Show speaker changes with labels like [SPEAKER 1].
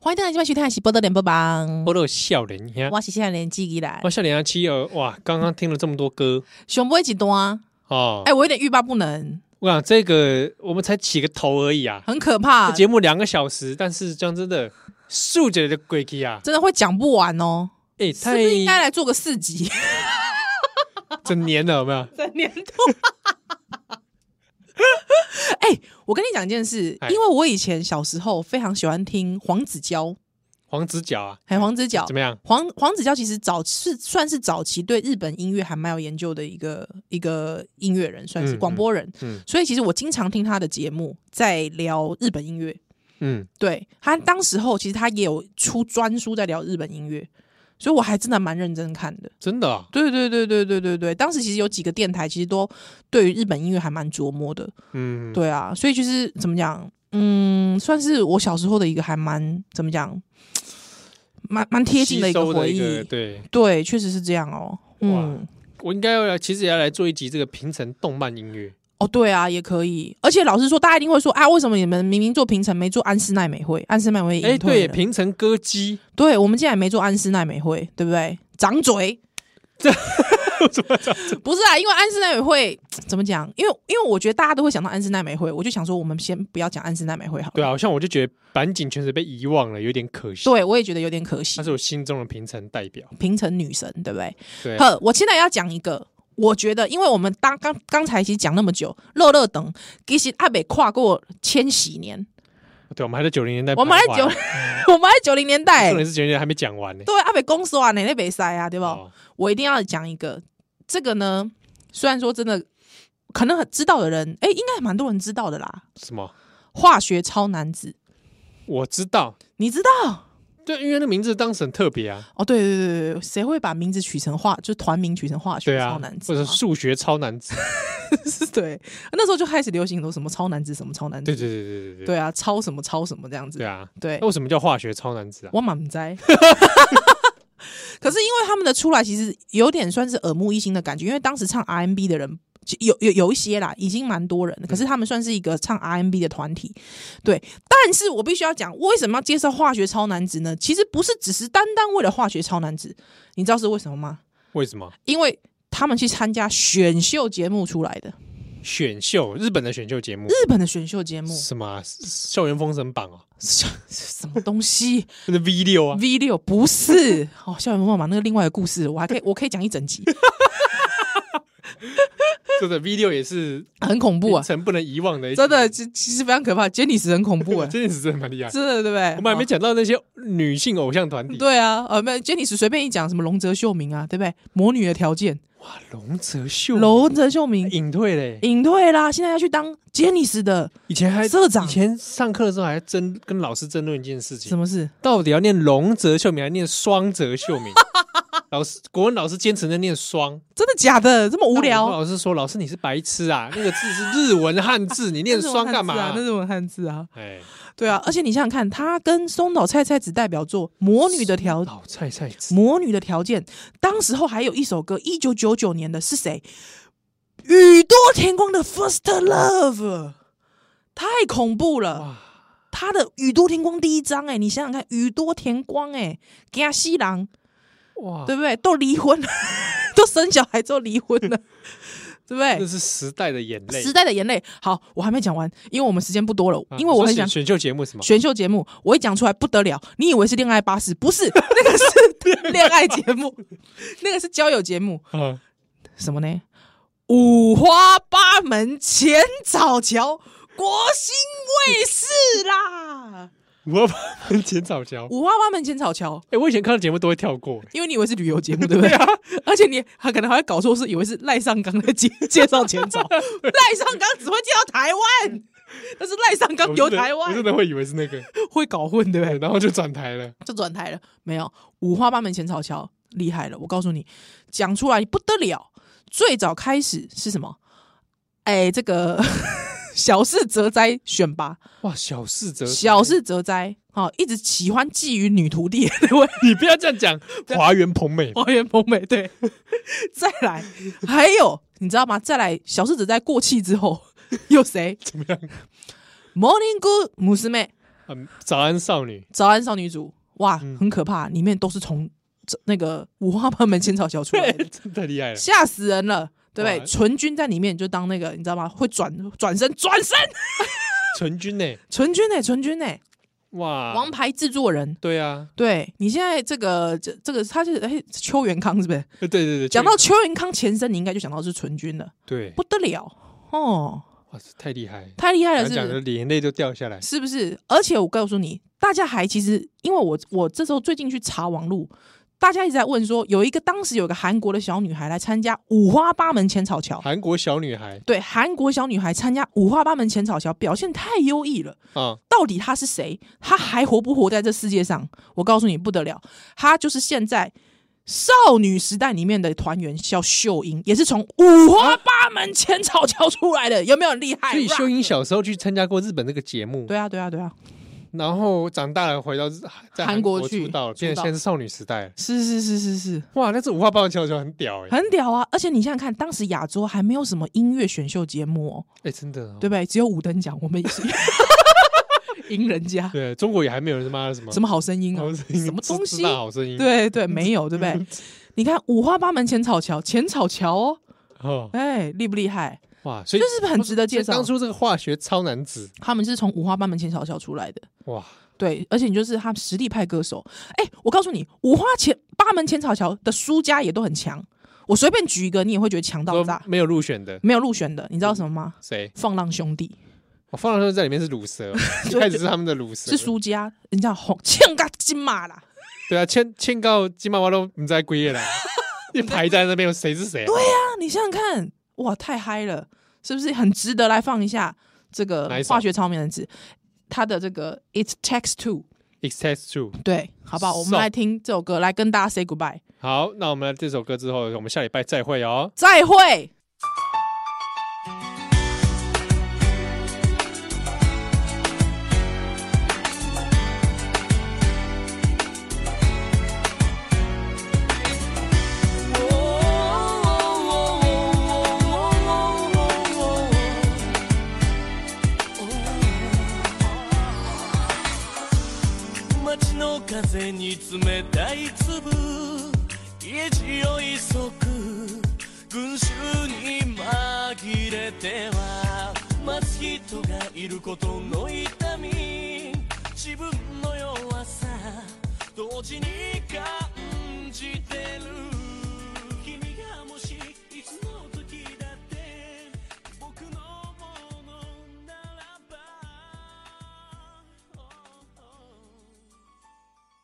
[SPEAKER 1] 欢迎大家今晚收听的是《波多连播榜》，
[SPEAKER 2] 我都有笑脸，你看，
[SPEAKER 1] 我是现在年纪以来
[SPEAKER 2] 我，笑脸啊，七儿，哇，刚刚听了这么多歌
[SPEAKER 1] 熊波一段，
[SPEAKER 2] 哦，
[SPEAKER 1] 哎，我有点欲罢不能，
[SPEAKER 2] 我想这个我们才起个头而已啊，
[SPEAKER 1] 很可怕
[SPEAKER 2] 这，节目两个小时，但是讲真的，数节的鬼气啊，
[SPEAKER 1] 真的会讲不完哦。
[SPEAKER 2] 哎，
[SPEAKER 1] 是不是应该
[SPEAKER 2] 太
[SPEAKER 1] 来做个四 集？
[SPEAKER 2] 整年了，有没有？
[SPEAKER 1] 整年度。哎、我跟你讲一件事，
[SPEAKER 2] 哎
[SPEAKER 1] 因为我以前小时候非常喜欢听黄子佼，
[SPEAKER 2] 黄子佼啊，
[SPEAKER 1] 还有黄子佼
[SPEAKER 2] 怎么样？
[SPEAKER 1] 黄黄子佼其实早是算是早期对日本音乐还蛮有研究的一个一个音乐人，算是
[SPEAKER 2] 嗯
[SPEAKER 1] 广播人。
[SPEAKER 2] 嗯
[SPEAKER 1] 所以其实我经常听他的节目，在聊日本音乐。
[SPEAKER 2] 嗯，
[SPEAKER 1] 对他当时候，其实他也有出专书在聊日本音乐，所以我还真的蛮认真看的。
[SPEAKER 2] 真的啊，
[SPEAKER 1] 对对对对对对对，当时其实有几个电台其实都对于日本音乐还蛮琢磨的，
[SPEAKER 2] 嗯，
[SPEAKER 1] 对啊，所以就是怎么讲，嗯，算是我小时候的一个还蛮怎么讲，蛮蛮贴近的一
[SPEAKER 2] 吸
[SPEAKER 1] 个
[SPEAKER 2] 收
[SPEAKER 1] 回
[SPEAKER 2] 的
[SPEAKER 1] 忆，
[SPEAKER 2] 对
[SPEAKER 1] 对，确实是这样哦，嗯，
[SPEAKER 2] 我应该要来，其实也要来做一集这个平成动漫音乐，
[SPEAKER 1] 哦，对啊，也可以，而且老实说，大家一定会说，啊，为什么你们明明做平成没做安室奈美惠，安室奈美惠
[SPEAKER 2] 哎，
[SPEAKER 1] 隐退
[SPEAKER 2] 对，
[SPEAKER 1] 了，
[SPEAKER 2] 平成歌姬，
[SPEAKER 1] 对我们竟然没做安室奈美惠，对不对？掌嘴。 这不是啊，因为安室奈美惠怎么讲？因为因为我觉得大家都会想到安室奈美惠，我就想说我们先不要讲安室奈美惠好了。
[SPEAKER 2] 对啊，好像我就觉得板井全是被遗忘了，有点可惜。
[SPEAKER 1] 对，我也觉得有点可惜
[SPEAKER 2] 她。是我心中的平成代表。
[SPEAKER 1] 平成女神，对不对？
[SPEAKER 2] 对啊，
[SPEAKER 1] 呵，我现在要讲一个，我觉得，因为我们当刚刚才其实讲那么久，乐乐等其实阿北跨过千禧年，
[SPEAKER 2] 对，我们还在九零年代徘徊，
[SPEAKER 1] 我们还在九，我们还在九零 年代
[SPEAKER 2] 重，点是九零年代还没讲完呢。
[SPEAKER 1] 对阿北公说啊，哪那北塞啊，对不？
[SPEAKER 2] 哦，
[SPEAKER 1] 我一定要讲一个，这个呢，虽然说真的可能很知道的人，哎、应该蛮多人知道的啦。
[SPEAKER 2] 什么？
[SPEAKER 1] 化学超男子，
[SPEAKER 2] 我知道，
[SPEAKER 1] 你知道？
[SPEAKER 2] 对，因为那名字当时很特别啊。
[SPEAKER 1] 哦，对对对对对，谁会把名字取成化，就团名取成化
[SPEAKER 2] 对
[SPEAKER 1] 学
[SPEAKER 2] 啊
[SPEAKER 1] 超男，子
[SPEAKER 2] 或者
[SPEAKER 1] 嘛？
[SPEAKER 2] 数学超男子，
[SPEAKER 1] 对，那时候就开始流行很多什么超男子，什么超男
[SPEAKER 2] 对
[SPEAKER 1] 子，
[SPEAKER 2] 对对对对
[SPEAKER 1] 对啊，超什么超什么这样子。
[SPEAKER 2] 对啊！
[SPEAKER 1] 对
[SPEAKER 2] 那，为什么叫化学超男子啊？
[SPEAKER 1] 我满栽。可是因为他们的出来其实有点算是耳目一新的感觉，因为当时唱 RMB 的人其有有有一些啦，已经蛮多人了。可是他们算是一个唱 RMB 的团体，对。但是我必须要讲，为什么要介绍化学超男子呢？其实不是只是单单为了化学超男子，你知道是为什么吗？
[SPEAKER 2] 为什么
[SPEAKER 1] 因为他们去参加选秀节目出来的，
[SPEAKER 2] 选秀？日本的选秀节目，
[SPEAKER 1] 日本的选秀节目，
[SPEAKER 2] 什么啊校园封神榜啊？
[SPEAKER 1] 什么东西？
[SPEAKER 2] 那 V 六啊？
[SPEAKER 1] V 六不是哦，校园妈妈那个另外的故事，我还可以我可以讲一整集，
[SPEAKER 2] 真的 V 六也是
[SPEAKER 1] 很恐怖
[SPEAKER 2] 平
[SPEAKER 1] 啊，
[SPEAKER 2] 成不能遗忘的一 集，
[SPEAKER 1] 真的其其实非常可怕，杰尼斯很恐 怖哎、
[SPEAKER 2] 这件事真的蛮厉害。
[SPEAKER 1] 真的对不对？
[SPEAKER 2] 我们还没
[SPEAKER 1] 哦
[SPEAKER 2] 讲到那些女性偶像团体，
[SPEAKER 1] 对啊，呃，没有杰尼斯随便一讲什么龙泽秀明啊，对不对？魔女的条件，
[SPEAKER 2] 哇，龙泽秀
[SPEAKER 1] 龙泽秀明
[SPEAKER 2] 隐退嘞，
[SPEAKER 1] 隐退啦，现在要去当杰尼斯的
[SPEAKER 2] 以前还
[SPEAKER 1] 社长
[SPEAKER 2] 以前上课的时候还争跟老师争论一件事情
[SPEAKER 1] 什，么事？
[SPEAKER 2] 到底要念龙泽秀明还是念双泽秀 明？老师，国文老师坚持的念双，
[SPEAKER 1] 真的假的？这么无
[SPEAKER 2] 但我们
[SPEAKER 1] 聊？
[SPEAKER 2] 老师说：“老师，你是白痴啊！那个字是日文汉字，你念双干嘛、
[SPEAKER 1] 那是我汉字啊，
[SPEAKER 2] 哎，
[SPEAKER 1] 对啊，而且你想想看，他跟松岛菜菜子代表作《魔女的条
[SPEAKER 2] 老菜菜
[SPEAKER 1] 《
[SPEAKER 2] 子，
[SPEAKER 1] 魔女的条件》，当时候还有一首歌，一九九九年的是谁？宇多田光的《First Love》，太恐怖了！
[SPEAKER 2] 哇，
[SPEAKER 1] 他的宇多田光第一张，哎，你想想看，宇多田光、哎，给他西郎，
[SPEAKER 2] 哇，
[SPEAKER 1] 对不对？都离婚了， 都生小孩之后离婚了，对不
[SPEAKER 2] 那
[SPEAKER 1] 对？
[SPEAKER 2] 是时代的眼泪。
[SPEAKER 1] 时代的眼泪。好，我还没讲完，因为我们时间不多了，
[SPEAKER 2] 啊
[SPEAKER 1] 因为我
[SPEAKER 2] 你
[SPEAKER 1] 很
[SPEAKER 2] 说
[SPEAKER 1] 想
[SPEAKER 2] 选选秀节目什么？
[SPEAKER 1] 选秀节目，我一讲出来不得了，你以为是恋爱巴士？不是， 那个是 恋爱节目，那个是交友节目，
[SPEAKER 2] 啊，
[SPEAKER 1] 什么呢？五花八门，前早桥，国新卫视啦！
[SPEAKER 2] 我把剪草桥。
[SPEAKER 1] 五花八门，前早桥，
[SPEAKER 2] 哎，我以前看到节目都会跳过。
[SPEAKER 1] 因为你以为是旅游节目，对不对？
[SPEAKER 2] 啊
[SPEAKER 1] 而且你还可能还会搞错，是以为是赖上刚在介 介绍前 早，赖上刚只会介绍台湾，但是赖上刚
[SPEAKER 2] 我真
[SPEAKER 1] 游
[SPEAKER 2] 的
[SPEAKER 1] 台
[SPEAKER 2] 我
[SPEAKER 1] 湾
[SPEAKER 2] 真的会以为是那个，
[SPEAKER 1] 会搞混，对不对？
[SPEAKER 2] 对然后就转台了。
[SPEAKER 1] 就转台了。没有五花八门前草桥厉害了，我告诉你，讲出来不得了。最早开始是什么？哎，这个 小事哲哉选拔，
[SPEAKER 2] 哇，小四哲，
[SPEAKER 1] 小事哲哉，好、一直喜欢觊觎女徒弟的那位
[SPEAKER 2] 你不要这样讲，华园朋美，
[SPEAKER 1] 花园萌美，对， 再来，还有你知道吗？再来，小事哲哉过气之后，有谁
[SPEAKER 2] 怎么样？
[SPEAKER 1] ？Morning Good 姆斯妹，
[SPEAKER 2] 嗯，早安少女，
[SPEAKER 1] 早安少女组，哇，
[SPEAKER 2] 嗯
[SPEAKER 1] 很可怕，里面都是从这那个五花八门千草教出 来的，
[SPEAKER 2] 真的厉害了，
[SPEAKER 1] 吓死人了。对不
[SPEAKER 2] 哇
[SPEAKER 1] 对？纯君在里面就当那个，你知道吗？会转转身，转身，
[SPEAKER 2] 纯君呢？
[SPEAKER 1] 纯君哎、纯君哎、
[SPEAKER 2] 哇，
[SPEAKER 1] 王牌制作人。
[SPEAKER 2] 对啊，
[SPEAKER 1] 对你现在这个这这个他是哎、邱元康是不是？
[SPEAKER 2] 呃对对对，
[SPEAKER 1] 讲到
[SPEAKER 2] 确
[SPEAKER 1] 邱元康前身，你应该就想到是纯君了，
[SPEAKER 2] 对，
[SPEAKER 1] 不得了哦，
[SPEAKER 2] 哇，太厉害了，
[SPEAKER 1] 太厉害了，
[SPEAKER 2] 讲
[SPEAKER 1] 是不
[SPEAKER 2] 讲
[SPEAKER 1] 是
[SPEAKER 2] 的？眼泪都掉下来，
[SPEAKER 1] 是不是？而且我告诉你，大家还其实，因为我我这时候最近去查网路，大家一直在问说，有一个当时有个韩国的小女孩来参加五花八门浅草桥，
[SPEAKER 2] 韩国小女孩
[SPEAKER 1] 对，韩国小女孩参加五花八门浅草桥，表现太优异了。
[SPEAKER 2] 啊，
[SPEAKER 1] 到底她是谁？她还活不活在这世界上？我告诉你不得了，她就是现在少女时代里面的团员，叫秀英，也是从五花八门浅草桥出来的，有没有很厉 害？
[SPEAKER 2] 所以秀英
[SPEAKER 1] Rock
[SPEAKER 2] 小时候去参加过日本那个节目，
[SPEAKER 1] 对啊，对啊，对啊，
[SPEAKER 2] 然后长大了回到日在
[SPEAKER 1] 韩国
[SPEAKER 2] 国
[SPEAKER 1] 去
[SPEAKER 2] 出道了，变
[SPEAKER 1] 出
[SPEAKER 2] 成
[SPEAKER 1] 道
[SPEAKER 2] 现在是少女时代了，
[SPEAKER 1] 是是是是是。
[SPEAKER 2] 哇，那这五花八门跷跷很屌哎，
[SPEAKER 1] 很屌啊！而且你想想看，当时亚洲还没有什么音乐选秀节目哦，
[SPEAKER 2] 哎，真的哦，
[SPEAKER 1] 对不对？只有五等奖，我们也 是 赢人家，
[SPEAKER 2] 对，中国也还没有他妈的什么
[SPEAKER 1] 什么好声音啊
[SPEAKER 2] 哦好，声音
[SPEAKER 1] 什么东
[SPEAKER 2] 自
[SPEAKER 1] 西
[SPEAKER 2] 自？大好声音，
[SPEAKER 1] 对对，没有，对不
[SPEAKER 2] 嗯
[SPEAKER 1] 对？你看五花八门浅草桥，浅草桥哦，
[SPEAKER 2] 哦，
[SPEAKER 1] 哎，厉不厉害？
[SPEAKER 2] 哇，所以
[SPEAKER 1] 这是不是很值得介
[SPEAKER 2] 所以
[SPEAKER 1] 绍
[SPEAKER 2] 当？初这个化学超男子，
[SPEAKER 1] 他们是从五花八门浅草桥出来的，
[SPEAKER 2] 哇，
[SPEAKER 1] 对，而且你就是他们实力派歌手。哎，我告诉你，五花前八门浅草桥的输家也都很强，我随便举一个，你也会觉得强到
[SPEAKER 2] 说
[SPEAKER 1] 炸。
[SPEAKER 2] 没有入选的
[SPEAKER 1] 没有入选的，你知道什么吗？
[SPEAKER 2] 谁？
[SPEAKER 1] 放浪兄弟。
[SPEAKER 2] 我放的时候在里面是 乳蛇，一开始是他们的乳蛇，
[SPEAKER 1] 是输家，人家红欠个金马啦。
[SPEAKER 2] 对啊，欠欠告金妈妈都不在归了啦， 一排在那边，谁是谁啊？
[SPEAKER 1] 那你想想看，哇，太嗨了，是不是很值得来放一下这个
[SPEAKER 2] 哪一首
[SPEAKER 1] 化学超名人子？他的这个 It Takes Two，
[SPEAKER 2] Extends to
[SPEAKER 1] 对，好不好？我们
[SPEAKER 2] So
[SPEAKER 1] 来听这首歌，来跟大家 say goodbye，
[SPEAKER 2] 好，那我们这首歌之后，我们下礼拜再会哦。
[SPEAKER 1] 再会。
[SPEAKER 3] 街の風に冷たい粒勢いそく群衆に紛れては待つ人がいることの痛み自分の弱さ同時に